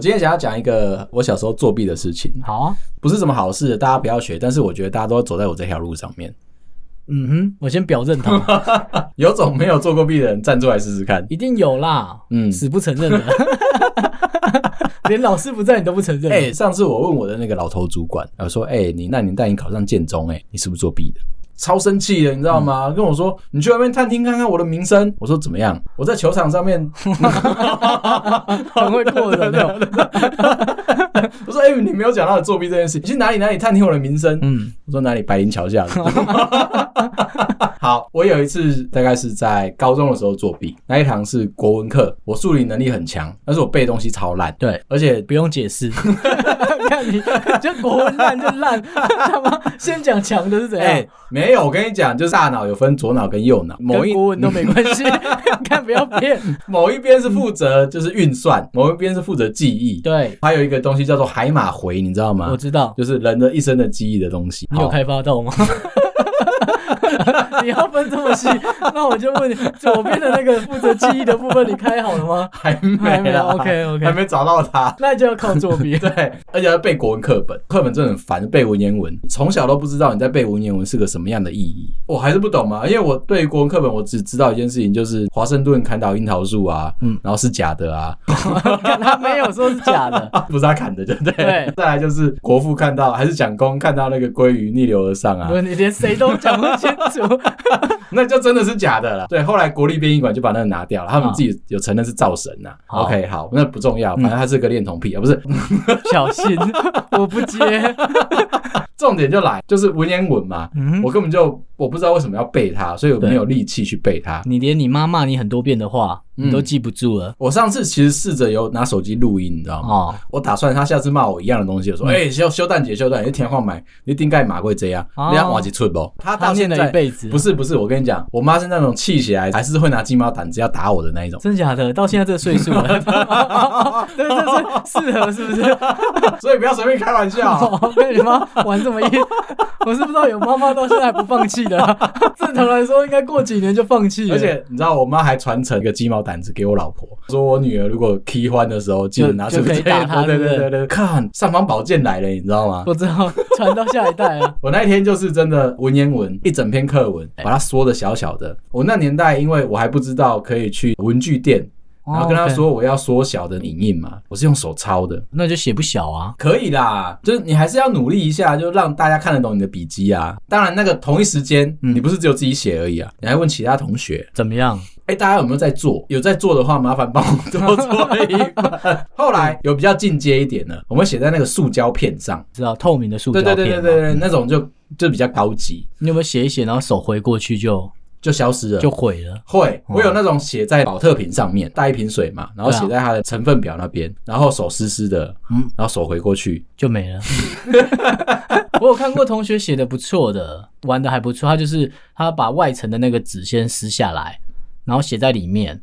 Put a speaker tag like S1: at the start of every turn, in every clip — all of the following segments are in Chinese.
S1: 今天想要讲一个我小时候作弊的事情，
S2: 好啊，
S1: 不是什么好事，大家不要学。但是我觉得大家都走在我这条路上面，
S2: 嗯哼，我先表 认他，
S1: 有种没有做过弊的人站出来试试看。
S2: 一定有啦，
S1: 嗯
S2: 死不承认 的，连老师不在你都不承认，
S1: 哎、上次我问我的那个老头主管，我说：“哎、你那年代你考上建中、哎，你是不是作弊的？”超生气的，你知道吗？跟我说，你去外面探听看看我的名声。我说怎么样？我在球场上面，
S2: 很会过人哦，
S1: 我说，哎、你没有讲到作弊这件事，你去哪里哪里探听我的名声？
S2: 嗯，
S1: 我说哪里？白云桥下。 好，我有一次大概是在高中的时候作弊，那一堂是国文课，我数理能力很强，但是我背东西超烂，
S2: 对，
S1: 而且
S2: 不用 解释，看你就国文烂就烂，他妈先讲强的是怎样？
S1: 哎、没有，我跟你讲，就是大脑有分左脑跟右脑，某
S2: 跟
S1: 一
S2: 国文都没关 系，看不要骗。
S1: 某一边是负责就是运算，某一边是负责记忆，
S2: 对，
S1: 还有一个东西叫做海马回，你知道吗
S2: 我？知道，
S1: 就是人的一生的记忆的东西。哦
S2: 你有
S1: 啊好
S2: 开发到吗？ 你要分这么细，那我就问你，左边的那个负责记忆的部分，你开好了吗？
S1: 还没
S2: 还没
S1: 啦
S2: OK，OK
S1: 还没找到它。
S2: 那就要靠作 弊。
S1: 对，而且要背国文课本，课本真的很烦，背文言文，从小都不知道你在背文言文是个什么样的意义，我还是不懂嘛，因为我对于国文课本，我只知道一件事情，就是华盛顿砍倒樱桃树啊，嗯
S2: 嗯，
S1: 然后是假的啊，
S2: 看 他没有说是假的，
S1: 不是他砍的，对不对？
S2: 对
S1: 再来就是国父看到还是蒋公看到那个鲑鱼逆流而上啊
S2: 不，是你连谁都讲不清 楚。
S1: 那就真的是假的了。对，后来国立编译馆就把那个拿掉了，他们自己有承认是造神呐、
S2: 啊好嗯
S1: OK，好，那不重要，反正他是个恋童癖啊，不是。
S2: 小 心，我不接。
S1: 重点就来，就是文言文嘛，
S2: 嗯
S1: 我根本就我不知道为什么要背它，所以我没有力气去背它。
S2: 你连你妈骂你很多遍的话，
S1: 嗯
S2: 你都记不住了
S1: 我上次其实试着有拿手机录音，你知道吗？
S2: 哦。嗯
S1: 我打算他下次骂我一样的东西，我说：“哎、修修蛋姐，修蛋姐，你天话买，你顶盖马会这样，
S2: 哦
S1: 你要往几寸不？”他
S2: 他
S1: 到
S2: 念
S1: 现
S2: 了
S1: 在
S2: 一辈子，啊
S1: 不是不是，我跟你讲，我妈是那种气起来还是会拿鸡毛掸子要打我的 那一种，
S2: 真假的？到现在这个岁数 了，对，这是适合是不是？
S1: 所以不要随便开玩笑。
S2: 哦，跟你妈玩这么硬， 我是不知道有妈妈到现在还不放弃的 啊。正常来说，应该过几年就放弃了。
S1: 而且你知道，我妈还传承一个鸡毛掸子给我老婆，说我女儿如果 K 欢的时候，记得拿出
S2: 就可以
S1: 这
S2: 打
S1: 个
S2: 她
S1: 对
S2: 对
S1: 对
S2: 不
S1: 对
S2: 对
S1: 对，看尚方宝剑来了，你知道吗？
S2: 我知道传到下一代啊，
S1: 我那一天就是真的文言文一整篇课文，把它缩的小小的。我那年代因为我还不知道可以去文具店， 然后跟他
S2: 哦，OK，
S1: 说我要缩小的影印嘛，我是用手抄的。
S2: 那就写不小啊。
S1: 可以啦，就是你还是要努力一下，就让大家看得懂你的笔记啊。当然，那个同一时间，
S2: 嗯
S1: 你不是只有自己写而已啊，你还问其他同学，
S2: 怎么样？
S1: 哎、大家有没有在做？有在做的话，麻烦帮我多做 一份。后来有比较进阶一点的，我们写在那个塑胶片上，
S2: 知道透明的塑胶
S1: 对对
S2: 片，
S1: 对对对，对，那种就就比较高级，
S2: 你有没有写一写，然后手挥过去就
S1: 就消失了，
S2: 就毁了？
S1: 会，
S2: 哦
S1: 我有那种写在保特瓶上面，带一瓶水嘛，然后
S2: 对啊
S1: 写在它的成分表那边，然后手湿湿的，
S2: 嗯
S1: 然后手回过去，
S2: 就没了。 我有看过同学写的不错的，玩的还不错。他就是他把外层的那个纸先撕下来，然后写在里面，
S1: 然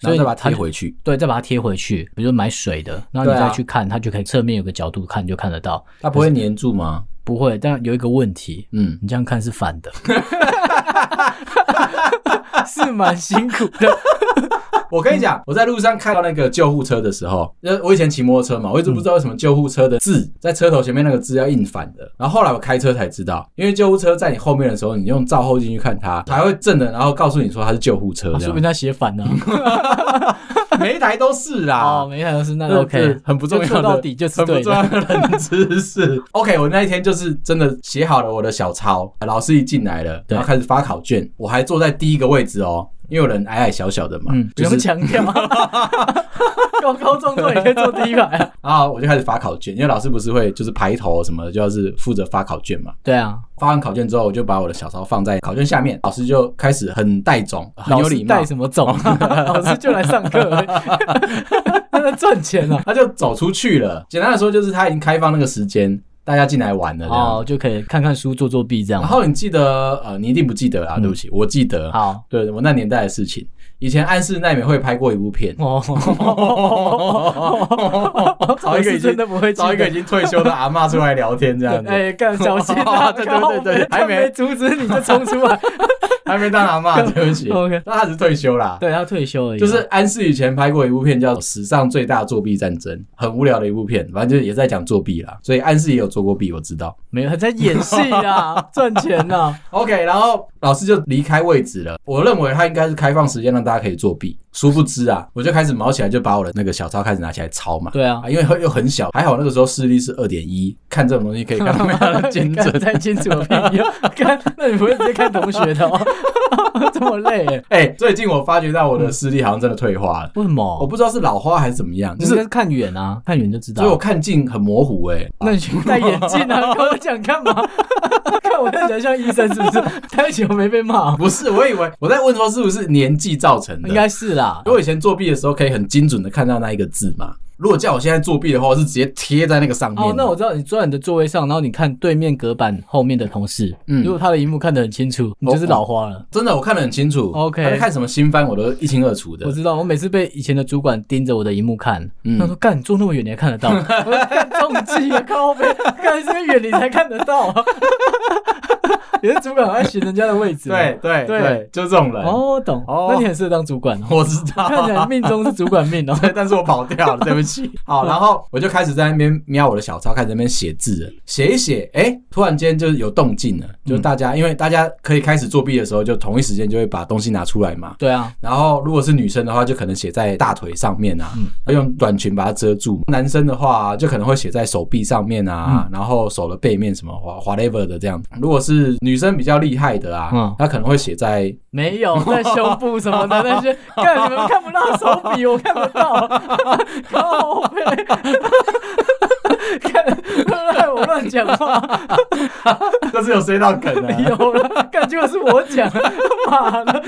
S2: 所
S1: 后
S2: 以
S1: 再把它
S2: 他
S1: 贴
S2: 就
S1: 回去。
S2: 对，再把它贴回去。比如说买水的，然后
S1: 对
S2: 你
S1: 啊
S2: 再去看，它就可以侧面有个角度看，就看得到。
S1: 它不会粘住吗？
S2: 不会，但有一个问题，
S1: 嗯，
S2: 你这样看是反的， 是蛮辛 苦
S1: 啊
S2: 的。
S1: 我跟你讲，
S2: 嗯
S1: 我在路上看到那个救护车的时候，呃，我以前骑摩托车嘛，我一直不知道为什么救护车的字在车头前面那个字要印反的，然后后来我开车才知道，因为救护车在你后面的时候，你用照后镜去看它，才会正的，然后告诉你说它是救护车，这
S2: 啊说不
S1: 样
S2: 定他写反 了、
S1: 每一台都是啦
S2: 哦，。没想到是那
S1: 啊这
S2: OK，
S1: 这很不重要的，
S2: 就做到底就是
S1: 很不
S2: 对
S1: 重
S2: 的。
S1: 要的冷知 识。OK，我那一天就是真的写好了我的小抄，老师一进来了，
S2: 对
S1: 然后开始发考卷，我还坐在第一个位置哦，因为我人矮矮小小的嘛，
S2: 嗯，不
S1: 就
S2: 用
S1: 是
S2: 强 调，高高中中也可以坐第一排啊。
S1: 啊，我就开始发考卷，因为老师不是会就是排头什么的，就要是负责发考卷嘛。
S2: 对啊，
S1: 发完考卷之后，我就把我的小抄放在考卷下面，老师就开始很带种，很
S2: 老
S1: 有
S2: 师
S1: 礼貌
S2: 带。什么 走？老师就来上课而已，他在赚钱啊呢、
S1: 他就走出去了。简单的说，就是他已经开放那个时间，大家进来玩了这样。
S2: 哦，就可以看看书、做作弊这样
S1: 然。后你记得，呃，你一定不记得啦，对不起，我记得。
S2: 好，，
S1: 对我那年代的事情。以前安室奈美惠拍过一部片
S2: 哦，
S1: 找一个已
S2: 我是真
S1: 经
S2: 的不会记得
S1: 找一个已经退休的阿嬷出来聊天这样子，
S2: 哎，干小心啊！
S1: 对对对对
S2: 还
S1: 还没
S2: 没阻止你就冲出来，
S1: 还没当阿嬷，对不起。
S2: OK
S1: 那他只是退休啦。
S2: 对他退休而已啊，
S1: 就是安室以前拍过一部片
S2: 哦
S1: 叫《史上最大作弊战争》，很无聊的一部片，反正就是也在讲作弊啦。所以安室也有做过弊，我知道。
S2: 没有他在演戏 啊，赚钱呐。
S1: OK，然后老师就离开位置了。我认为他应该是开放时间让大家可以作弊，殊不知啊，我就开始毛起来，就把我的那个小抄开始拿起来抄嘛。
S2: 对啊
S1: 啊，因为又很小，还好那个时候视力是二点一，看这种东西可以看到非常的精 准
S2: 干。太清楚了，屁呀！看，那你不会直接看同学的 哦？这么累耶？
S1: 哎、最近我发觉到我的视力好像真的退化了，
S2: 为什
S1: 我
S2: 么？
S1: 不知道是老花还是怎么样，就
S2: 你哦应该
S1: 是
S2: 是看远啊，看远就知道
S1: 所以。我看近很模糊哎、
S2: 那你去戴眼镜啊！ 你跟我讲干嘛？看我看起来像医生是不是？ 太久没被 骂，
S1: 不是，我以为我在问说是不是年纪造成的，
S2: 应该是啦。
S1: 我以前作弊的时候可以很精准的看到那一个字嘛。如果叫我现在作弊的话，我是直接贴在那个上面。
S2: 哦，那我知道你坐在你的座位上，然后你看对面隔板后面的同事，
S1: 嗯
S2: 如果他的荧幕看得很清楚，你就是老花了。
S1: 真的我看得很清楚
S2: OK
S1: 他在看什么新番我都一清二楚的
S2: 我。知道，我每次被以前的主管盯着我的荧幕看，
S1: 嗯
S2: 他说：“干，你坐那么远你还看得到？”我说干中计啊，靠背，干这么远你才看得到、 啊。有的主管好像寻人家的位置。啊
S1: 对，对
S2: 对
S1: 对，就这种人，
S2: 哦，懂。
S1: 哦
S2: 那你很适合当主管哦。
S1: 我知
S2: 看起来
S1: 道。
S2: 命中是主管命 哦。
S1: 对，但是我跑掉了，对不起。好，然后我就开始在那边瞄我的小抄，开始在那边写字了，写一写，哎、突然间就是有动静了，就
S2: 嗯
S1: 大家、因为大家可以开始作弊的时候，就同一时间就会把东西拿出来嘛。
S2: 对啊，
S1: 然后如果是女生的话，就可能写在大腿上面啊，用短裙把它遮住；男生的话、就可能会写在手臂上面啊，然后手的背面什么 whatever 的这样。如果是女生比较厉害的啊，
S2: 嗯
S1: 她可能会写在
S2: 没有在胸部什么的 那些，看你们看不到手比，我看不到，靠背，看害我乱讲话，
S1: 这是有塞到梗啊 的、
S2: 有了，感觉是我讲，妈的，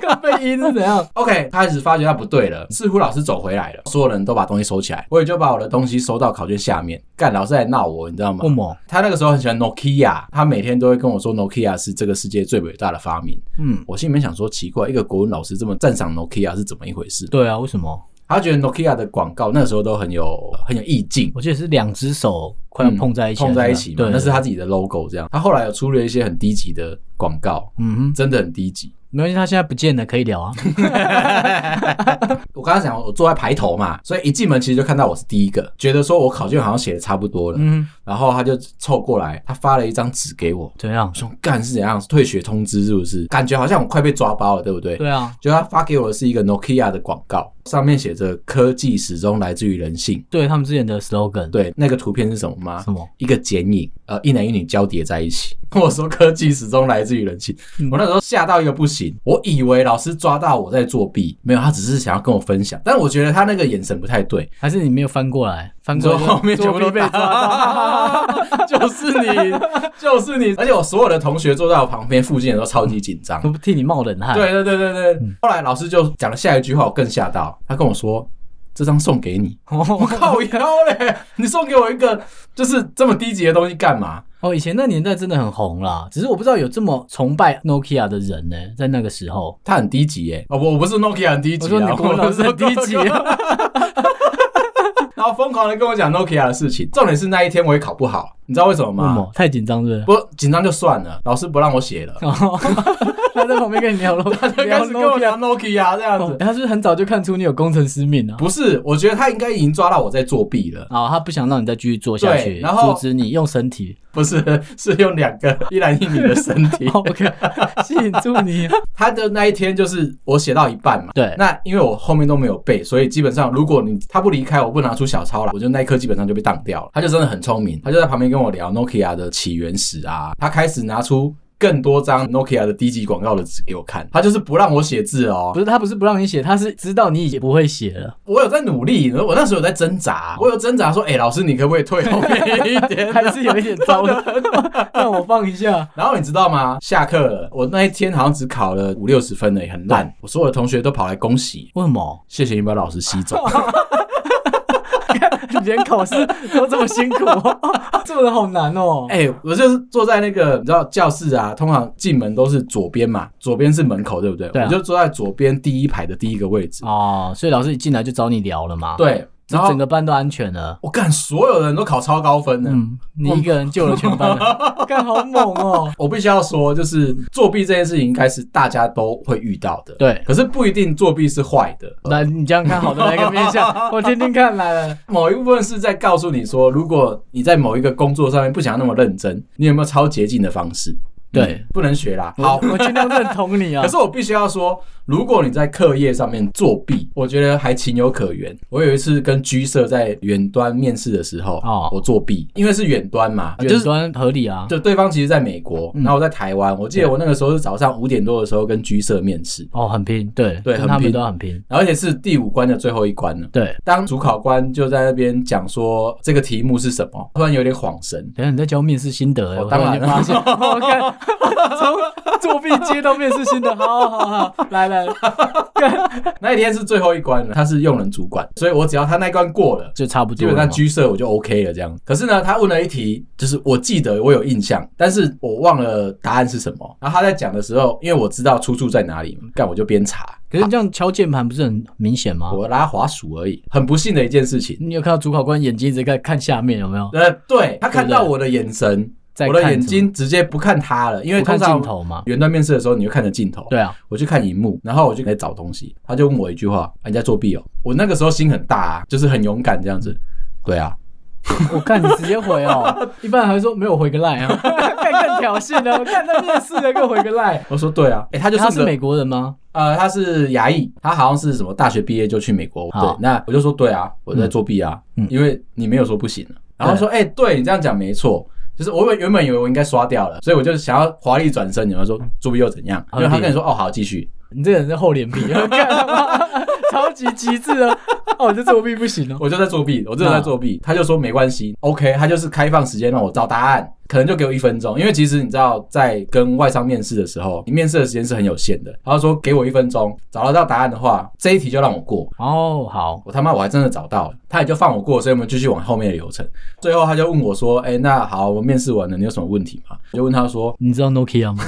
S2: 看被阴是怎样？
S1: OK，他开始发觉他不对了，似乎老师走回来了，所有人都把东西收起来，我也就把我的东西收到考卷下面。干，老师来闹我，你知道吗？
S2: 么？
S1: 他那个时候很喜欢 Nokia，他每天都会跟我说 Nokia 是这个世界最伟大的发明。
S2: 嗯，
S1: 我心里面想说，奇怪，一个国文老师这么赞赏 Nokia 是怎么一回事？
S2: 对啊，为什么？
S1: 他觉得 Nokia 的广告那时候都很有很有意境，嗯
S2: 我记得是两只手快要嗯碰在一起了，
S1: 碰在一
S2: 是
S1: 起
S2: 吧
S1: 嘛，
S2: 对，
S1: 那是他自己的 logo 这样。他后来有出了一些很低级的广告，
S2: 嗯哼，
S1: 真的很低级。
S2: 没关系，他现在不见了，可以聊啊。
S1: 我刚刚讲，我坐在排头嘛，所以一进门其实就看到我是第一个，觉得说我考卷好像写的差不多了，
S2: 嗯，
S1: 然后他就凑过来，他发了一张纸给我，
S2: 怎样
S1: 我？说干是怎样退学通知是不是？感觉好像我快被抓包了，对不对？
S2: 对啊，
S1: 就他发给我的是一个 Nokia 的广告，上面写着“科技始终来自于人性
S2: 对他们之前的 slogan，”。，
S1: 对，啊那个图片是什么吗？
S2: 什么？
S1: 一个剪影，呃，一男一女交叠在一起。 我说科技始终来自于人性，
S2: 嗯
S1: 我那时候吓到一个不行，我以为老师抓到我在作弊，没有，他只是想要跟我分享，但我觉得他那个眼神不太对，
S2: 还是你没有翻过来？翻
S1: 你
S2: 过
S1: 说
S2: 来就
S1: 后面全部都
S2: 作弊被抓到。
S1: 到， 就是你，就是你，而且我所有的同学坐在我旁边附近的都超级紧张。
S2: 都替你冒冷汗。，
S1: 对对对对
S2: 嗯
S1: 对，后来老师就讲了下一句话，我更吓到，他跟我说。这张送给 你，我
S2: 哦，
S1: 靠腰嘞！你送给我一个就是这么低级的东西干嘛？
S2: 哦，以前那年代真的很红啦，只是我不知道有这么崇拜 Nokia 的人呢、在那个时候。
S1: 他很低级耶、哦，我我不是 Nokia 很低级、
S2: 我
S1: 啊，
S2: 说你 国文老师很低级，啊
S1: 然后疯狂的跟我讲 Nokia 的事情。重点是那一天我也考不好，你知道为什么
S2: 为什
S1: 吗？
S2: 么？太紧张是
S1: 不紧张就算了，老师不让我写了，
S2: 不是？ 他在旁边跟你 聊
S1: 他就开始跟我聊 Nokia 这样
S2: 哦
S1: 子。
S2: 他是不是很早就看出你有工程师命啊？
S1: 不是，我觉得他应该已经抓到我在作弊了。
S2: 啊、他不想让你再继续做下去，
S1: 对然后
S2: 阻止你用 身体。。
S1: 不是，是用两个一男一女的身体
S2: OK，吸引住你。
S1: 他的 那一天就是我写到一半嘛。
S2: 对，
S1: 那因为我后面都没有背，所以基本上如果你他不离开，我不拿出小抄来，我就那一科基本上就被当掉了。他就真的很聪明，他就在旁边跟我聊 Nokia 的起源史啊，他开始拿出更多张 Nokia 的低级广告的纸给我看，他就是不让我写字哦
S2: 不。是他不是不让你写，他是知道你也不会写了，
S1: 我有在努力，我那时候有在挣扎，我有挣扎说，哎、老师你可不可以退后面一点？
S2: 还是有一点糟的， 让我放一下。
S1: 然后你知道吗？下课了，我那一天好像只考了五六十分而已，很烂。我所有的同学都跑来恭喜，
S2: 为什么？
S1: 谢谢你把老师吸走。
S2: 连考试都这么辛苦、 做的好难哦、
S1: 哎、我就是坐在那个你知道教室啊，通常进门都是左边嘛，左边是门口，对不对？
S2: 对啊哦
S1: 我就坐在左边第一排的第一个位置。
S2: 哦，所以老师一进来就找你聊了嘛？，
S1: 对，
S2: 这
S1: 然后
S2: 整个班都安全了。
S1: 我干，所有人都考超高分的。
S2: 嗯，你一个人救了全班人， 干好猛哦！
S1: 我必须要说，就是作弊这件事情，应该是大家都会遇到的。
S2: 对
S1: 可是不一定作弊是坏的。
S2: 来，你这样看好的哪一个面相？ 我听听看来了。
S1: 某一部分是在告诉你说，如果你在某一个工作上面不想那么认真，你有没有超捷径的方式？
S2: 对
S1: 嗯，不能学啦。
S2: 我
S1: 好，
S2: 我尽量认同你 啊
S1: 可。是我必须要说，如果你在课业上面作弊，我觉得还情有可原。我有一次跟居社在远端面试的时候，
S2: 哦
S1: 我作弊，因为是远端嘛，
S2: 就是
S1: 说。
S2: 说合理啊。
S1: 就对方其实在美国，然后我在台湾。我记得我那个时候是早上五点多的时候跟居社面试，
S2: 哦，很拼，对，
S1: 对
S2: 跟
S1: 很
S2: 他们
S1: 拼
S2: 都很拼，
S1: 然后而且是第五关的最后一关了。
S2: 对。
S1: 当主考官就在那边讲说这个题目是什么，突然有点恍神。
S2: 等一下你在教面试心得、欸，
S1: 哦
S2: 我
S1: 当然
S2: 突发现，我看从作弊接到面试心得，好好好，来来，
S1: 那一天是最后一关了，他是用人主管，所以我只要他那一关过了，
S2: 就差不
S1: 基
S2: 多
S1: 本
S2: 了嘛。
S1: 上居社我就 OK 了这样。可是呢，他问了一题，就是我记得我有印象，但是我忘了答案是什么。然后他在讲的时候，因为我知道出处在哪里
S2: 嗯
S1: 嘛，干我就边查，
S2: 可是这样敲键盘不是很明显吗？
S1: 我拉滑鼠而已。很不幸的一件事情，
S2: 你有看到主考官眼睛一直在看下面有没有？
S1: 呃，对他看到我的眼神，
S2: 在
S1: 我的
S2: 看
S1: 眼
S2: 什么
S1: 睛直接不看他了，因为
S2: 不看
S1: 通
S2: 镜
S1: 常
S2: 头嘛。
S1: 远端面试的时候，你会看着镜头，
S2: 对啊，
S1: 我去看荧幕，然后我就来找东西，他就问我一句话：“啊、你在作弊哦？”我那个时候心很大、啊，就是很勇敢这样子。对啊，
S2: 我看你直接回哦， 一般人还说没有回个赖啊，看更挑衅的，我看他面试的更回个赖。
S1: 我说对啊，诶、他 就
S2: 他
S1: 顺
S2: 是
S1: 着
S2: 美国人吗？
S1: 呃，他是牙医，他好像是什么大学毕业就去美国。
S2: 好
S1: 对，那我就说对啊，我在作弊啊，
S2: 嗯
S1: 因为你没有说不行啊。然后说，哎、对你这样讲没错，就是我原原本以为我应该刷掉了，所以我就想要华丽转身，你们说
S2: 嗯
S1: 作弊又怎样？
S2: 合
S1: 因
S2: 理
S1: 为他跟你说，哦，好，继续。
S2: 你这个人是厚脸皮， 看他妈超级极致的。哦，我这作弊不行哦。
S1: 我就在作弊，我真的在
S2: 嗯
S1: 作弊。他就说没关系，OK，他就是开放时间让我找答案，可能就给我一分钟，因为其实你知道，在跟外商面试的时候，你面试的时间是很有限的。他就说给我一分钟，找得到答案的话，这一题就让我过。
S2: 哦，好，
S1: 我他妈我还真的找到了，他也就放我过，所以我们继续往后面的流程。最后他就问我说：“哎、那好，我面试完了，你有什么问题吗？”我就问他说
S2: 你知道 Nokia 吗？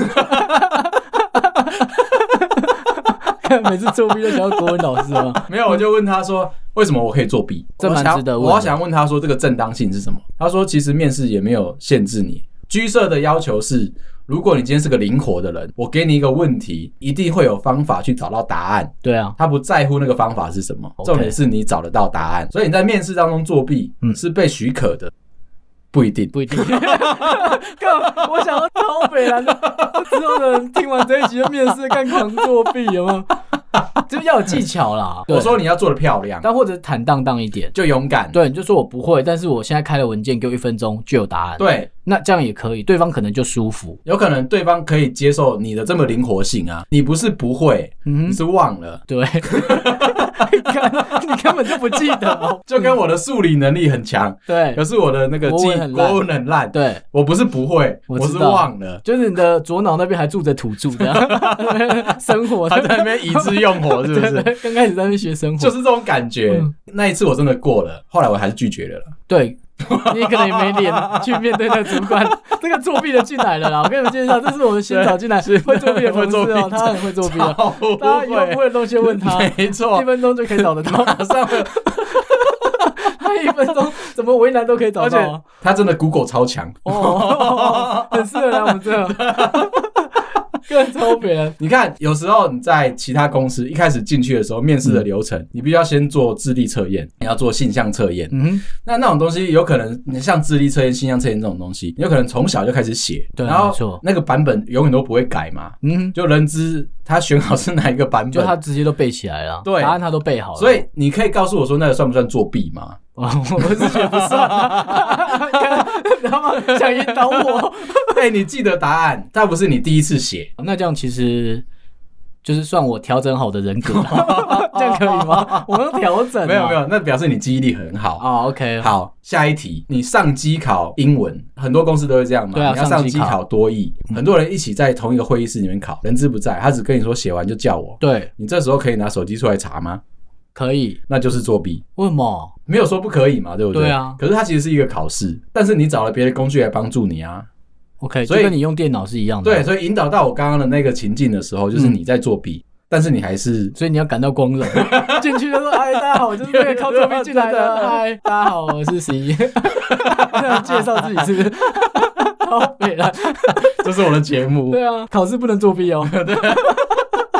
S2: 看每次作弊都想要国文老师吗？：“
S1: 没有。”我就问他说：“为什么我可以作弊？”
S2: 这
S1: 我
S2: 蛮
S1: 想
S2: 值得问
S1: 我
S2: 的
S1: 好想问他说这个正当性是什么？他说：“其实面试也没有限制你，居社的要求是，如果你今天是个灵活的人，我给你一个问题，一定会有方法去找到答案。”
S2: 对啊，
S1: 他不在乎那个方法是什么，
S2: OK
S1: 重点是你找得到答案。所以你在面试当中作弊
S2: 嗯
S1: 是被许可的，不一定。
S2: 不一定。干，我想要超北蓝的，之后的人听完这一集的面试，看狂作弊有没有？就要有技巧 啦。
S1: 我说，你要做的漂亮，
S2: 但或者坦荡荡一点。
S1: 就勇敢。
S2: 对，你就说我不会，但是我现在开了文件，给我一分钟就有答案。，
S1: 对，
S2: 那这样也可以，对方可能就舒服。
S1: 有可能对方可以接受你的这么灵活性啊，你不是不会，
S2: 嗯
S1: 你
S2: 哼，
S1: 是忘了。
S2: 对，看 你根本就不记得哦。
S1: 就跟我的数理能力很强，
S2: 对
S1: 可是我的那个记
S2: 国文嗯很烂
S1: 国文很烂，
S2: 对，
S1: 我不是不会，
S2: 我
S1: 我
S2: 知
S1: 是
S2: 道
S1: 忘了。
S2: 就是你的左脑那边还住着土著 这样生活
S1: 他
S2: 的，
S1: 在那边以智用 火，是不
S2: 对
S1: 是？
S2: 对，刚开始在那边学生活，
S1: 就是这种感觉
S2: 嗯。
S1: 那一次我真的过了，后来我还是拒绝了啦。
S2: 对。你可能也没脸 去面对那个主管，这个作弊的进来了啦。我跟你们介绍，这是我们新找进来会作弊的同
S1: 会
S2: 事哦、
S1: 作弊
S2: 他很会作弊 哦、
S1: 超不
S2: 大家以后不
S1: 会，
S2: 会的东西问他，
S1: 没错
S2: 一，分钟就可以找 得到。
S1: 马上。
S2: 他一分钟怎么为难都可以找
S1: 而
S2: 到
S1: 且
S2: 啊。
S1: 他真的 Google 超强，
S2: 哦，很适合来我们这， 更超别人。
S1: 你看，有时候你在其他公司一开始进去的时候，面试的流程，你必须要先做智力测验，你要做性向测验。
S2: 嗯，
S1: 那那种东西有可能，你像智力测验、性向测验这种东西，你有可能从小就开始写，
S2: 对
S1: 然
S2: 没
S1: 后
S2: 错
S1: 那个版本永远都不会改嘛。
S2: 嗯，
S1: 就人资他选好是哪一个版
S2: 就
S1: 本
S2: 他，直接都背起来了，
S1: 对
S2: 答案他都背好了。
S1: 所以你可以告诉我说，那个算不算作弊吗？
S2: 我我是学不算啊， 他们想引导我。
S1: 哎，你记得答案，但不是你第一次写。
S2: 那这样其实就是算我调整好的人格了， 这样可以吗？我要调整啊，
S1: 没有没有，那表示你记忆力很好。
S2: 啊，OK，，
S1: 好，下一题，你上机考英文，很多公司都会这样嘛。
S2: 对啊
S1: 你要上
S2: 上
S1: 机
S2: 机
S1: 考嗯
S2: 考
S1: 多译，很多人一起在同一个会议室里面考，人资不在，他只跟你说写完就叫我。
S2: 对，
S1: 你这时候可以拿手机出来查吗？
S2: 可以。
S1: 那就是作弊，
S2: 为什么？
S1: 没有说不可以嘛，对不对？
S2: 对啊
S1: 可是它其实是一个考试，但是你找了别的工具来帮助你啊。
S2: OK，
S1: 所
S2: 就
S1: 以嗯
S2: 跟你用电脑是一样的。
S1: 对，，所以引导到我刚刚的那个情境的时候，就是你在作弊。但是你还是
S2: 所以你要感到光荣， 进去就说：“嗨，大家好，我就是那个靠左边进来的。嗨，大家好，我是十一。”这样介绍自己是不 是？好北了，
S1: 这是我的节 目，
S2: 对啊，考试不能作弊哦。对，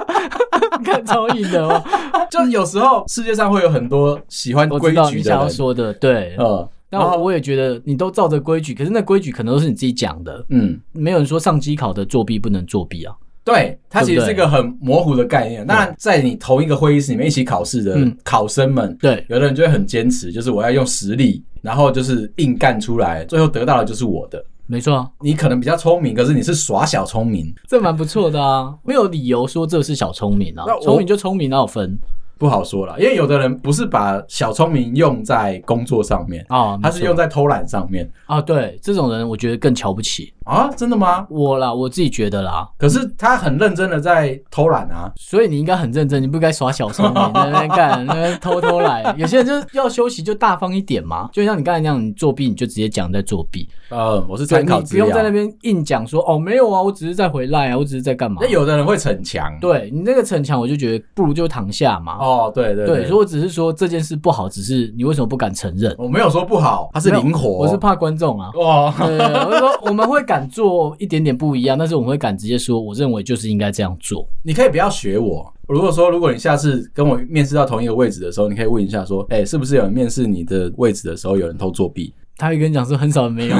S2: 看超硬的哦，
S1: 啊就有时候世界上会有很多喜欢
S2: 我
S1: 规
S2: 知道
S1: 矩
S2: 你
S1: 的
S2: 想要
S1: 人，
S2: 说的，对。
S1: 呃，
S2: 但
S1: 然
S2: 我
S1: 后
S2: 我也觉得你都照着规矩，可是那规矩可能都是你自己讲的，
S1: 嗯，
S2: 没有人说上机考的作弊不能作弊啊。
S1: 对，它其实是
S2: 对
S1: 一
S2: 不对
S1: 个很模糊的概念。当然，在你同一个会议室里面一起考试的
S2: 嗯
S1: 考生们，
S2: 对，
S1: 有的人就会很坚持，就是我要用实力，然后就是硬干出来，最后得到的就是我的。
S2: 没错啊，
S1: 你可能比较聪明，可是你是耍小聪明，
S2: 这蛮不错的啊，没有理由说这是小聪明啊
S1: 那，我
S2: 聪明就聪明，哪有分
S1: 不好说啦，因为有的人不是把小聪明用在工作上面，
S2: 啊？
S1: 他是
S2: 没错
S1: 用在偷懒上面
S2: 啊，对，这种人我觉得更瞧不起
S1: 啊？真的吗？
S2: 我啦，我自己觉得啦，
S1: 可是他很认真的在偷懒啊，
S2: 所以你应该很认真，你不该耍小聪明，在那边干，在那边偷偷来。有些人就是要休息就大方一点嘛，就像你刚才那样，你作弊你就直接讲在作弊，
S1: 呃，我是
S2: 对
S1: 参
S2: 你
S1: 考
S2: 不
S1: 资料
S2: 用。在那边硬讲说哦没有啊，我只是在回来啊，我只是在干嘛
S1: 那？有的人会逞强，
S2: 对你那个逞强，我就觉得不如就躺下嘛。
S1: 哦，对对哦
S2: 对，所以我只是说这件事不好，只是你为什么不敢承认？
S1: 我没有说不好，他是
S2: 没有
S1: 灵活，
S2: 我是怕 观众啊。
S1: 哇，
S2: 对，我是说我们会敢做一点点不一样，但是我们会敢直接说，我认为就是应该这样做。
S1: 你可以不要学我。如果说，如果你下次跟我面试到同一个位置的时候，你可以问一下说，哎、是不是有人面试你的位置的时候有人偷作弊？
S2: 他会跟你讲说很少人 没有，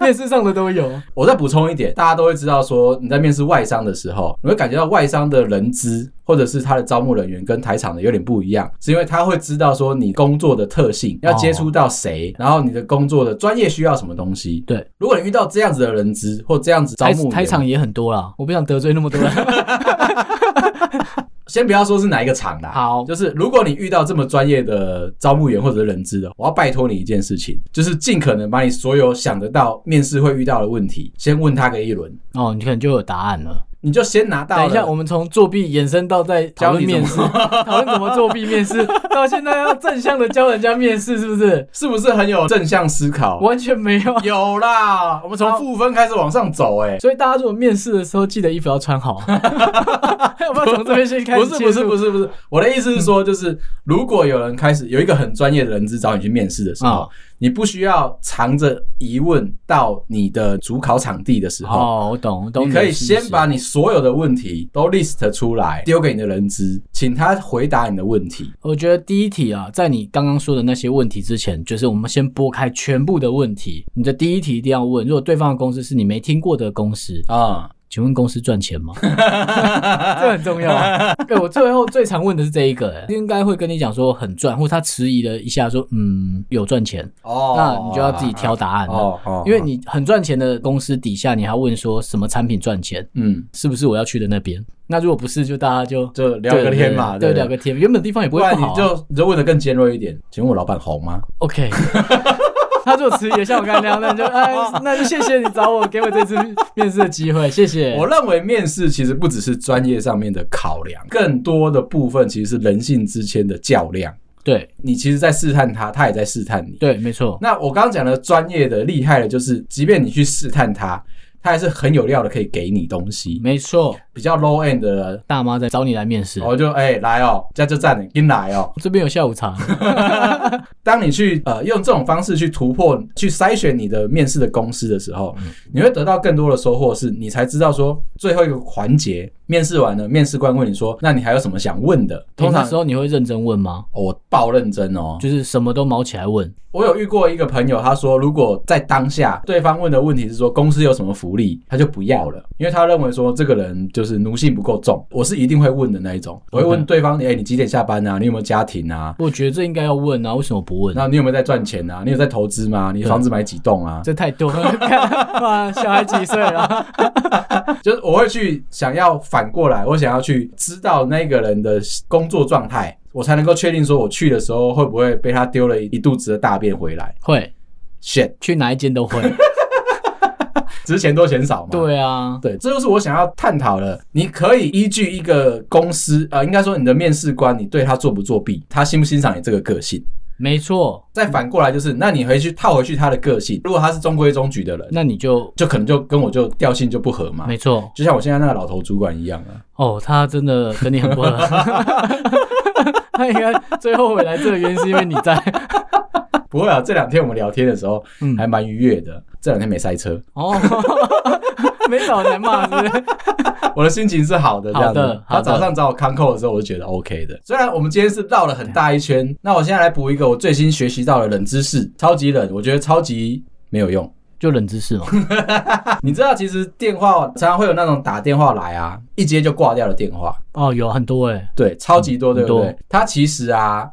S2: 电视上的都有。
S1: 我再补充一点，大家都会知道说，你在面试外商的时候，你会感觉到外商的人资或者是他的招募人员跟台厂的有点不一样，是因为他会知道说你工作的特性，要接触到谁，然后你的工作的专业需要什么东西。
S2: 对，
S1: 如果你遇到这样子的人资或这样子招
S2: 台
S1: 募
S2: 台
S1: 人，
S2: 场也很多啦，我不想得罪那么多 人。
S1: 先不要说是哪一个厂啦，
S2: 好
S1: 就是如果你遇到这么专业的招募员或者是人资的，我要拜托你一件事情，就是尽可能把你所有想得到面试会遇到的问题，先问他个一轮，
S2: 哦，你可能就有答案了。
S1: 你就先拿到了。
S2: 哎等一下，我们从作弊延伸到在讨论 面试，
S1: 教
S2: 讨论怎么作弊面试，到现在要正向的教人家面试，是不是？
S1: 是不是很有正向思考？
S2: 完全没有。
S1: 有啦，我们从负分开始往上走、欸，
S2: 所以大家如果面试的时候，记得衣服要穿好。 要不要从这边先开
S1: 不
S2: 始？
S1: 是不是不
S2: 是，
S1: 是不是，我的意思是说，就是如果有人开始有一个很专业的人资找你去面试的时候，
S2: 哦
S1: 你不需要藏着疑问到你的主考场地的时候，
S2: 哦，我懂，我懂
S1: 你
S2: 你
S1: 可
S2: 的
S1: 以
S2: 意思。
S1: 先把你所有的问题都 list 出来，丢给你的人资，请他回答你的问题。
S2: 我觉得第一题啊，在你刚刚说的那些问题之前，就是我们先拨开全部的问题。你的第一题一定要问，如果对方的公司是你没听过的公司，
S1: 啊、
S2: 请问公司赚钱吗？ 这很重要、啊。 对我最后最常问的是这一个、欸，应该会跟你讲说很赚，或他迟疑了一下说嗯有赚钱，
S1: 哦
S2: 那你就要自己挑答案了。啊
S1: 哦哦，
S2: 因为你很赚钱的公司底下，你还问说什么产品赚钱，
S1: 嗯，
S2: 是不是我要去的那边？那如果不是，就大家就
S1: 就聊个天嘛，
S2: 对，
S1: 不
S2: 聊个天，原本地方也不
S1: 不
S2: 会
S1: 然
S2: 不
S1: 你
S2: 好啊、
S1: 就你就问的更尖锐一点，请问我老板红吗？
S2: OK，他如果迟疑了，像我刚才那样，那你就 哎，
S1: 哦
S2: 那就谢谢你找我，给我这次面试的机会，谢谢。
S1: 我认为面试其实不只是专业上面的考量，更多的部分其实是人性之间的较量。
S2: 对
S1: 你其实在试探他，他也在试探你。
S2: 对，没错，
S1: 那我刚刚讲的专业的厉害的，就是即便你去试探他，他还是很有料的，可以给你东西。
S2: 没错。
S1: 比较 low end 的人，
S2: 大妈在找你来面试，
S1: 我就哎、来哦，加就站你跟来哦。
S2: 这边有下 午茶，
S1: 当你去呃用这种方式去突破、去筛选你的面试的公司的时候，
S2: 嗯
S1: 你会得到更多的收获，是你才知道说最后一个环节面试完了，面试官问你说，那你还有什么想问的？
S2: 通
S1: 通
S2: 常
S1: 常、
S2: 时候你会认真问吗？
S1: 哦我爆认真哦，
S2: 就是什么都毛起来问，
S1: 我有遇过一个朋友，他说如果在当下对方问的问题是说公司有什么福利，他就不要了，因为他认为说这个人就是奴性不够重。我是一定会问的那一种，我会问
S2: OK
S1: 对方，哎、你几点下班啊？你有没有家庭啊？
S2: 我觉得这应该要问啊，为什么不问？
S1: 那你有没有在赚钱啊？你有在投资吗？你房子买几栋啊？
S2: 这太多了，看哇，小孩几岁了？
S1: 就是我会去想要反过来，我想要去知道那个人的工作状态，我才能够确定说我去的时候会不会被他丢了一肚子的大便回来。
S2: 会
S1: shit，
S2: 去哪一 间都会，
S1: 啊值钱多钱少嘛？。
S2: 对啊，
S1: 对，这就是我想要探讨的。你可以依据一个公司，呃，应该说你的面试官，你对他作不作弊，他欣不欣赏你这个个性。
S2: 没错，
S1: 再反过来就是，那你回去套回去他的个性，如果他是中规中矩的人，
S2: 那你就
S1: 就可能就跟我就调性就不合嘛。
S2: 没错
S1: 就像我现在那个老头主管一样啊，
S2: 哦，他真的跟你很 不合。他应该最后悔来这个原因是因为你 在
S1: 不会啊，这两天我们聊天的时候
S2: 嗯
S1: 还蛮愉悦的，这两天没塞车，
S2: 哦， 没找人骂 是不是？
S1: 我的心情是好的，这样
S2: 好的
S1: 他
S2: 好的
S1: 早上找我康扣的时候，我就觉得 OK 的。虽然我们今天是绕了很大一圈，那我现在来补一个我最新学习到的冷知识，超级冷，我觉得超级没有用。
S2: 就冷知识嘛。
S1: 你知道，其实电话常常会有那种打电话来啊，一接就挂掉的电话，
S2: 哦，有很多哎、
S1: 对，超级多，对不
S2: 很
S1: 对？它其实啊。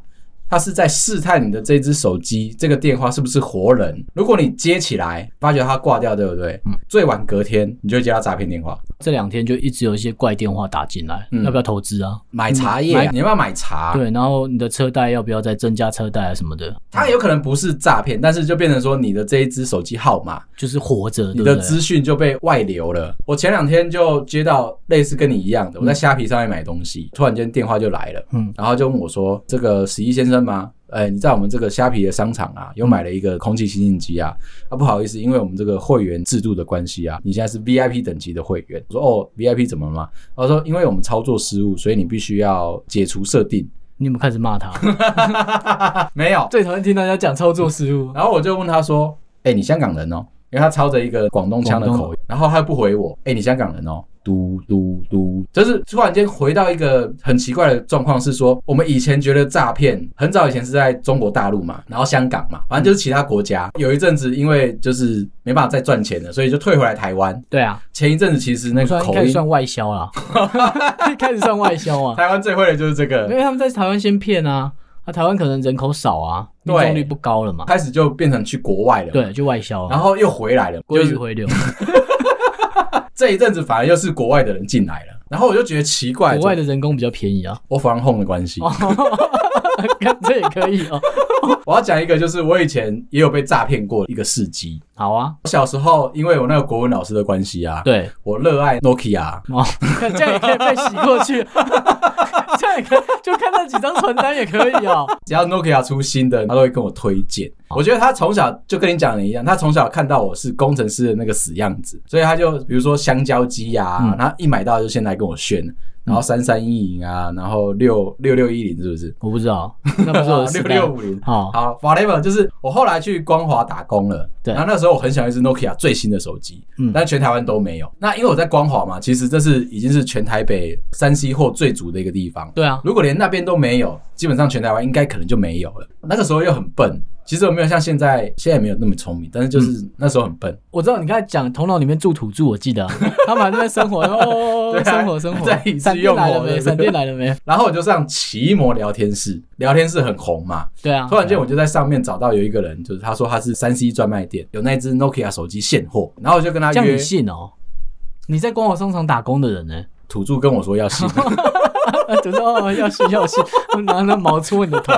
S1: 它是在试探你的这只手机，这个电话是不是活人？如果你接起来，发觉它挂掉，对不对？
S2: 嗯
S1: 最晚隔天你就会接到诈骗电话，
S2: 这两天就一直有一些怪电话打进来，
S1: 嗯
S2: 要不要投资啊？
S1: 买茶叶啊，
S2: 买
S1: 你要不要买茶？
S2: 对，然后你的车贷要不要再增加车贷啊什么的，
S1: 它有可能不是诈
S2: 嗯
S1: 骗，但是就变成说你的这一只手机号码，
S2: 就是活着，
S1: 你
S2: 对
S1: 的
S2: 不对？
S1: 资讯就被外流了。我前两天就接到类似跟你一样的，我在虾皮上面买东西，突然间电话就来了，
S2: 嗯
S1: 然后就问我说：“这个十一先生吗？”哎，你在我们这个虾皮的商场啊，有买了一个空气清净机啊？啊，不好意思，因为我们这个会员制度的关系啊，你现在是 VIP 等级的会员。我说哦，VIP 怎么了嘛？他说因为我们操作失误，所以你必须要解除设定。啊
S2: 你有没有开始 骂他？
S1: 没有，
S2: 最讨厌听大家讲操作失误。
S1: 然后我就问他说：“哎、你香港人哦？”因为他操着一个广东腔的口
S2: 广
S1: 音，然后他又不回我：“哎、你香港人哦？”嘟嘟嘟，就是突然间回到一个很奇怪的状况，是说我们以前觉得诈骗，很早以前是在中国大陆嘛，然后香港嘛，反正就是其他国家。有一阵子因为就是没办法再赚钱了，所以就退回来台湾。
S2: 对啊，
S1: 前一阵子其实那
S2: 不
S1: 个
S2: 算一
S1: 口
S2: 开始
S1: 音，
S2: 算外 销啦，一开始算外销啊，
S1: 台湾最会的就是这
S2: 因
S1: 个，
S2: 为他们在台湾先骗啊，啊，台湾可能人口少啊，
S1: 对
S2: 命中率不高了嘛，
S1: 开始就变成去国外了，，
S2: 对，就外销
S1: 然
S2: 啊，
S1: 后又回来了，
S2: 归
S1: 就
S2: 于
S1: 是
S2: 回流，
S1: 这一阵子反而又是国外的人进来了，然后我就觉得奇怪，
S2: 国外的人工比较便宜啊，
S1: 我 from home 的关系。
S2: 看这也可以哦，
S1: 我要讲一个，就是我以前也有被诈骗过一个事迹。
S2: 好啊，
S1: 小时候，因为我那个国文老师的关系啊，
S2: 对，
S1: 我热爱 Nokia，
S2: 哦，看这样也可以被洗过去， 这样也可以，就看那几张传单也可以哦。
S1: 只要 Nokia 出新的，他都会跟我推荐。我觉得他从小就跟你讲的一样，他从小看到我是工程师的那个死样子，所以他就比如说香蕉机呀、啊，
S2: 嗯
S1: 他一买到就先来跟我炫，然后三三一零啊，然后六六六一零是不是？
S2: 我不知道，那不是我的时
S1: 六
S2: 代
S1: 六五零。
S2: 好，
S1: 好，whatever，就是我后来去光华打工了，
S2: 对
S1: 然后那时候我很想要一只 Nokia 最新的手机，
S2: 嗯
S1: 但全台湾都没有。那因为我在光华嘛，其实这是已经是全台北三 C 货最足的一个地方。
S2: 对啊，
S1: 如果连那边都没有，基本上全台湾应该可能就没有了。那个时候又很笨，其实我没有像现在，现在也没有那么聪明，但是就是
S2: 嗯
S1: 那时候很笨，
S2: 我知道你刚才讲头脑里面住土著，我记得啊他们还在那边生活，哦，
S1: 对啊
S2: 生活生活
S1: 在一，次
S2: 闪电
S1: 用
S2: 来了
S1: 火对
S2: 没？
S1: 不对
S2: 闪电来了没？
S1: 然后我就上奇摩聊天室，聊天室很红嘛，
S2: 对啊，
S1: 突然间，我就在上面找到有一个人，就是他说他是三 C 专卖店，有那只 Nokia 手机现货，然后我就跟他
S2: 这样
S1: 约
S2: 你，信哦？你在光华商场打工的人呢？
S1: 土著跟我说要信，
S2: 就说哦，要信要信，拿那毛戳你的头，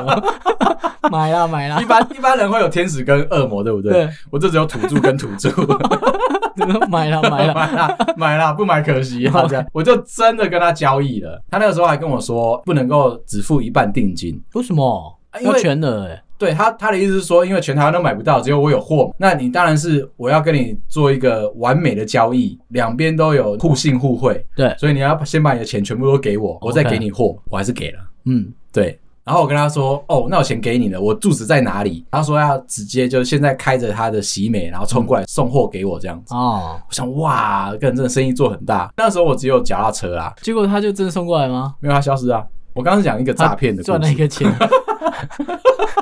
S2: 买啦买 啦
S1: 一，般一般人会有天使跟恶魔，对不对？
S2: 对
S1: 我这只有土著跟土著，
S2: 就说买啦买 啦，
S1: 买啦买啦，不买可惜啊！这样，我就真的跟他交易了。他那个时候还跟我说，不能够只付一半定金。
S2: 为什么？
S1: 因为
S2: 要全额哎，
S1: 对他，他的意思是说，因为全台湾都买不到，只有我有货。那你当然是我要跟你做一个完美的交易，两边都有互信互惠，
S2: 对，
S1: 所以你要先把你的钱全部都给我，我再给你货。我还是给了。
S2: 嗯，
S1: 对，然后我跟他说，哦，那我钱给你了，我住址在哪里？他说要直接就现在开着他的喜美，然后冲过来送货给我这样子。
S2: 哦，
S1: 我想，哇，个人真的生意做很大。那时候我只有脚踏车啊，
S2: 结果他就真的送过来吗？
S1: 没有他消失啊。我刚刚是讲一个诈骗的
S2: 赚
S1: 故
S2: 了一
S1: 事，
S2: 个 钱。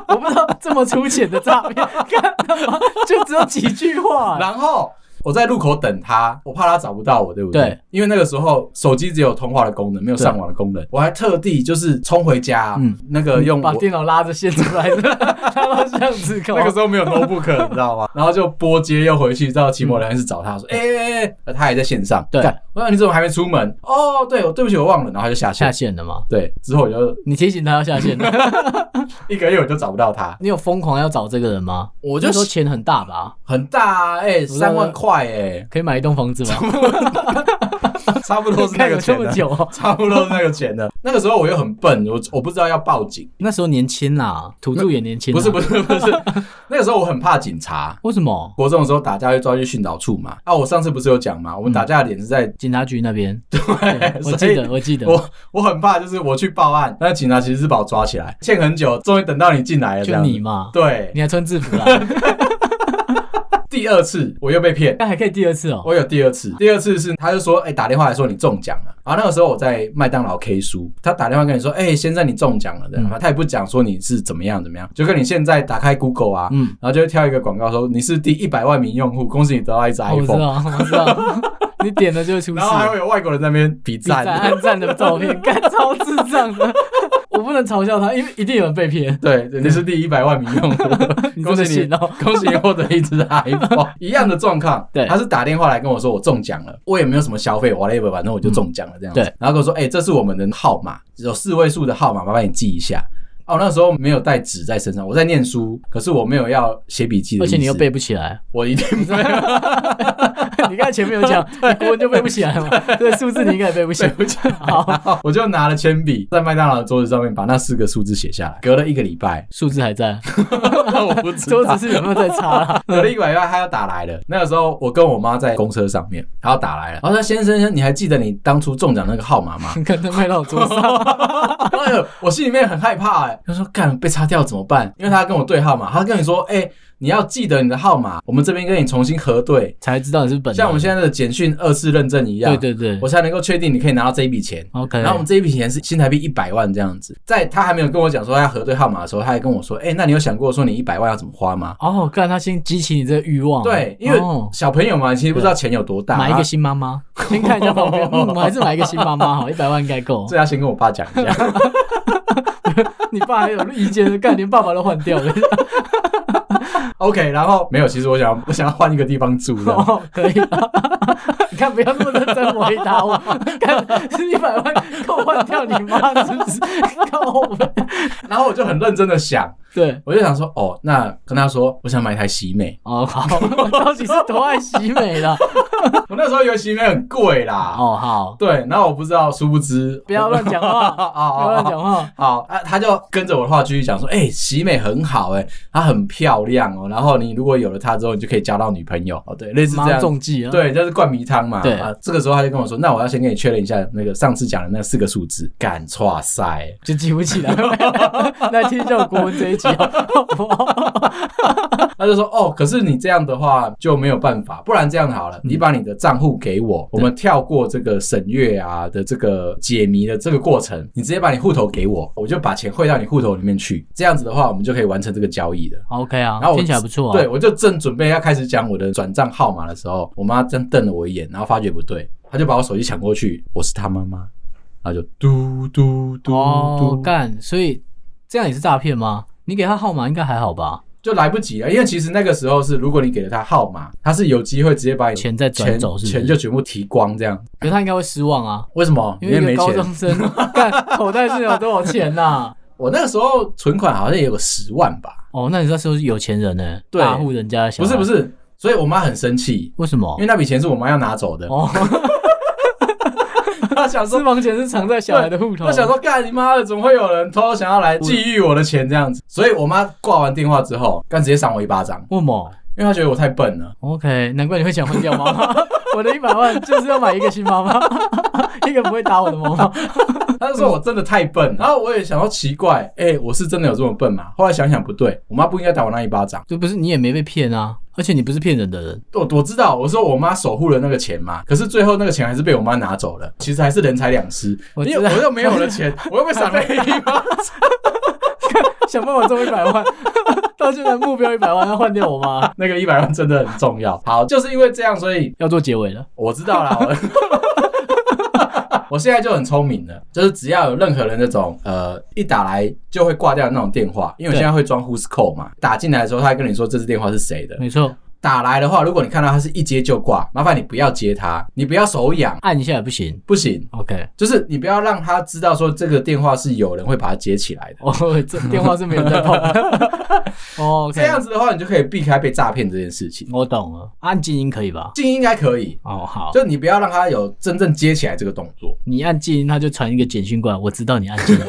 S2: 我不知道这么粗浅的诈骗，干他妈就只有几 句话、
S1: 然后。我在路口等他，我怕他找不到我，对不对？
S2: 对
S1: 因为那个时候手机只有通话的功能，没有
S2: 对
S1: 上网的功能。我还特地就是冲回家，
S2: 嗯
S1: 那个用
S2: 把
S1: 我
S2: 电脑拉着线出来的， 拉到巷子口。
S1: 那个时候没有 notebook，你知道吗？然后就拨接又回去到奇摩聊天室找他说，哎哎哎，呃他还在线上，
S2: 对
S1: 干我说你怎么还没出门？哦，对，我对不起，我忘了，然后他就下
S2: 下
S1: 线。
S2: 线了吗？
S1: 对，之后我就
S2: 你提醒他要下线，
S1: 一个月我就找不到他，
S2: 你有疯狂要找这个人吗？
S1: 我
S2: 我
S1: 就
S2: 说钱很大吧，
S1: 很大啊，哎，三万块哎，
S2: 可以买一栋房子吗？
S1: 差不多是那
S2: 看
S1: 个
S2: 有这
S1: 钱啊
S2: 么
S1: 的，
S2: 久哦，
S1: 差不多是那个钱的。那个时候我又很笨，我我不知道要报警，
S2: 那时候年轻啦，土著也年轻。
S1: 不是，不是不是，那个时候我很怕警察。
S2: 为什么？
S1: 国中的时候打架会抓去训导处嘛？啊，我上次不是有讲嘛，我们打架的点是在
S2: 警察局那边，
S1: 对，
S2: 我
S1: 所
S2: 记
S1: 以
S2: 得，我记得，
S1: 我我很怕，就是我去报案，那警察其实是把我抓起来，欠很久，终于等到你进来了，这
S2: 就
S1: 样子
S2: 你嘛，
S1: 对，
S2: 你还穿制 服啦，
S1: 第二次我又被骗，
S2: 但还可以第二次哦。
S1: 我有第二次，第二次是他就说，哎、打电话来说你中奖了。然后那个时候我在麦当劳 K 书，他打电话跟你说，哎、先生你中奖了的，
S2: 嗯
S1: 然后他也不讲说你是怎么样怎么样，就跟你现在打开 Google 啊，
S2: 嗯，
S1: 然后就会跳一个广告说你是第一百万名用户，恭喜你得到一只
S2: 哦我知
S1: iPhone，、
S2: 道，我知道，你点了就会出事
S1: 然。后还会有外国人在那边比
S2: 比赞
S1: 赞。
S2: 暗赞的照片， 干超智障的，我不能嘲笑他，因为一定有人被骗。
S1: 对，你是第一百万名用户，
S2: 你
S1: 恭
S2: 真的
S1: 喜你
S2: 信哦？
S1: 恭喜你获得一只 iPhone，一样的状况。
S2: 对
S1: 他是打电话来跟我说我中奖了，我也没有什么消费，whatever，反正我就中奖了这样子。
S2: 对，
S1: 然后跟我说，哎、这是我们的号码，有四位数的号码，麻烦你记一下。哦，那时候没有带纸在身上，我在念书，可是我没有要写笔记的
S2: 而
S1: 意思，
S2: 且你又背不 起来，
S1: 我一定没有
S2: 你刚才前面有讲，你国文就背不起来 嘛，这个数字你应该也背不起
S1: 写
S2: 来。
S1: 不起来。
S2: 好，
S1: 我就拿了铅笔，在麦当劳的桌子上面把那四个数字写下来。隔了一个礼
S2: ，
S1: 拜
S2: 数字还在，
S1: 我不知
S2: 桌
S1: 道
S2: 子，是有没有在擦 啦？
S1: 隔了一个礼拜，他要打来了。那个时候，我跟我妈在公车上面，他要打来了。然后说：“先生，你还记得你当初中奖那个号码吗
S2: 你看他卖到我桌 上，
S1: 哎呦，我心里面很害怕哎、他说：“干，被擦掉怎么办？”因为他跟我对号码，他跟你说：“哎、你要记得你的号码，我们这边跟你重新核对，
S2: 才知道你是本人。
S1: 像我们现在的简讯二次认证一样，
S2: 对对对
S1: 我才能够确定你可以拿到这一笔钱。”
S2: ，OK。
S1: 然后我们这一笔钱是新台币一百万这样子，在他还没有跟我讲说他要核对号码的时候，他还跟我说：“哎、那你有想过说你一百万要怎么花吗？”
S2: 哦，干他先激起你这个欲望，
S1: 对，因为啊
S2: 哦
S1: 小朋友嘛，其实不知道钱有多大，
S2: 买一
S1: 然后
S2: 个新 妈妈，先看一下旁边，嗯，我还是买一个新妈妈好，一百万应该够。
S1: 这要先跟我爸讲一 下。
S2: 你爸还有意见，干连爸爸都换掉了，
S1: OK，然后 没有，其实我想要我想要换一个地方住的。
S2: 哦，可以 啊。你看，不要那么认真回答 我。看，是一百万够换掉你妈是不是？ 够呗。
S1: 然后我就很认真的想，
S2: 对，
S1: 我就想说，哦，那跟他说，我想买一台喜美。
S2: 哦好，到底是多爱喜美了？
S1: 我那时候以为喜美很贵啦。
S2: 哦 好，
S1: 对，然后我不知道，殊不知
S2: 不要乱讲
S1: 啊
S2: 话，
S1: 啊
S2: 不要乱
S1: 啊！
S2: 讲话。
S1: 好啊，他就跟着我的话继续讲说，哎、喜美很好、哎，她很漂亮哦。然后你如果有了她之后，你就可以交到女朋友哦。对，类似这
S2: 妈
S1: 样。
S2: 中计了。，
S1: 对，就是灌迷汤嘛。
S2: 对
S1: 啊，这个时候他就跟我说，那我要先跟你确认一下那个上次讲的那四个数字。干，哇塞！
S2: 就记不起来。 那听一下我国文这一集 哦。
S1: 他就说：“哦，可是你这样的话就没有办法，不然这样好了，
S2: 嗯
S1: 你把你的账户给我，我们跳过这个审阅啊的这个解谜的这个过程，你直接把你户头给我，我就把钱汇到你户头里面去。这样子的话，我们就可以完成这个交易了。
S2: OK 啊
S1: 然后，我
S2: 听起来不错啊。
S1: 对，我就正准备要开始讲我的转账号码的时候，我妈这样瞪了我一眼，然后发觉不对，她就把我手机抢过去，我是她妈妈，然后就嘟嘟嘟
S2: 哦
S1: 嘟，
S2: 干，所以这样也是诈骗吗？你给他号码应该还好吧？
S1: 就来不及了，因为其实那个时候是，如果你给了他号码，他是有机会直接把你
S2: 钱再转
S1: 钱
S2: 走是不是
S1: 钱就全部提光这样。
S2: 可是他应该会失望啊，
S1: 为什么？
S2: 因为一
S1: 没
S2: 个高
S1: 钱。
S2: 中生， 看口袋是有多少钱呐、
S1: 我那个时候存款好像也有个十万吧？
S2: 哦，那你那时候是有钱人呢、
S1: 对
S2: 大户人家的小
S1: 不
S2: 孩
S1: 是不，是，所以我妈很生气，
S2: 为什么
S1: 因？为那笔钱是我妈要拿走的。
S2: 哦，
S1: 她想
S2: 私
S1: 说，
S2: 房钱是藏在小孩的户头。
S1: 她想说，干你妈的，怎么会有人偷偷想要来觊觎我的钱这样子？所以我妈挂完电话之后，干直接赏我一巴掌，
S2: 为什么
S1: 因为她觉得我太笨 了。
S2: ？OK，难怪你会想换掉妈 妈。我的一百万就是要买一个新妈 妈，一个不会打我的妈妈。
S1: 她就说我真的太笨，然后我也想说奇怪，哎、我是真的有这么笨吗？后来想想不对，我妈不应该打我那一巴掌。
S2: 就不是你也没被骗啊，而且你不是骗人的人。
S1: 我我知道，我说我妈守护了那个钱嘛，可是最后那个钱还是被我妈拿走了，其实还是人财两失。
S2: 我
S1: 你
S2: 知
S1: 有
S2: 道
S1: 我又没有了钱，我又被赏了一 巴掌。
S2: 想办法中一百万， 到现在目标一百万要换掉我妈，
S1: 那个一百万真的很重要。好，就是因为这样，所以
S2: 要做结尾了。
S1: 我知道啦。 我我现在就很聪明了，就是只要有任何人那种呃一打来就会挂掉的那种电话，因为我
S2: 对嗯
S1: 现在会装 Who's Call 嘛，打进来的时候他还跟你说这支电话是谁的，
S2: 没错，
S1: 打来的话，如果你看到他是一接就挂，麻烦你不要接他，你不要手痒，
S2: 按一下也不行。
S1: 不行，
S2: OK，
S1: 就是你不要让他知道说这个电话是有人会把它接起来的。
S2: 哦，这电话是没有在碰。哦，OK，
S1: 这样子的话，你就可以避开被诈骗这件事情。
S2: 我懂了。按静音可以吧？
S1: 静音应该可以，
S2: 哦，好，
S1: 就你不要让他有真正接起来这个动作，
S2: 你按静音，他就传一个简讯过来，我知道你按静 音，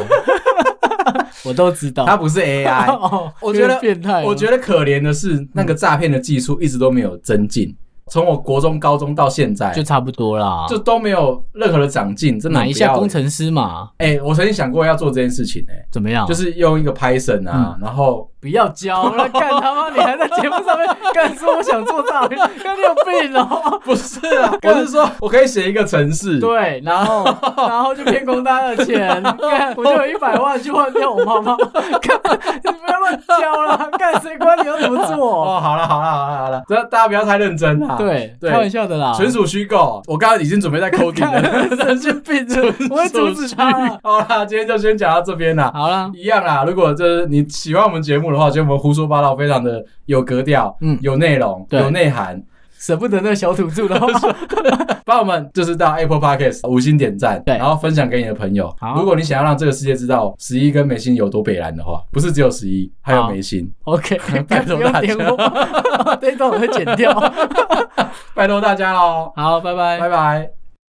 S2: 我都知 道。
S1: 他不是 AI。
S2: 哦，
S1: 我觉得
S2: 有点变态哦，
S1: 我觉得可怜的是，那个诈骗的技术一直都没有增进，从我国中、高中到现在，
S2: 就
S1: 就
S2: 差不多啦。
S1: 就都没有任何的长进，真的
S2: 哪
S1: 很
S2: 一
S1: 不要
S2: 下
S1: 脸
S2: 工？程师嘛，
S1: 哎、我曾经想过要做这件事情、哎，
S2: 怎么样？
S1: 就是用一个 Python
S2: 嗯
S1: 啊，然 后
S2: 不要教了，干他妈！你还在节目上面干说我想做诈骗，干你有病哦！
S1: 不是啊， 我是说我可以写一个程式，
S2: 对，然后 然后就骗公单的钱， 干我就有一百万去换掉我妈妈， 干你不要乱教了，干谁管你要怎么做？
S1: 哦，好了好了好了好了，这大家不要太认真啦，，
S2: 啊对，
S1: 对
S2: 开玩笑的啦，
S1: 纯属虚构。我刚刚已经 准备在 coding 了，
S2: 神经 病，我会阻止他啊啦。
S1: 好啦，今天就先讲到这边啦。
S2: 好啦，
S1: 一样啦，如果就是你喜欢我们节目的话，觉得我们胡说八道非常的有格调，
S2: 嗯
S1: 有内容，
S2: 对
S1: 有内涵，
S2: 舍不得那小土著的 话，
S1: 帮我们就是到 Apple Podcast 五星点赞，
S2: 对
S1: 然后分享给你的朋友
S2: 好。
S1: 如果你想要让这个世界知道十一跟美心有多北蓝的话，不是只有十一，还有
S2: 好
S1: 美心，
S2: OK，
S1: 拜托
S2: 不用哦
S1: 大家
S2: 点 我，这一段我会剪掉。
S1: 拜托大家喽，
S2: 好，拜拜
S1: 拜。拜。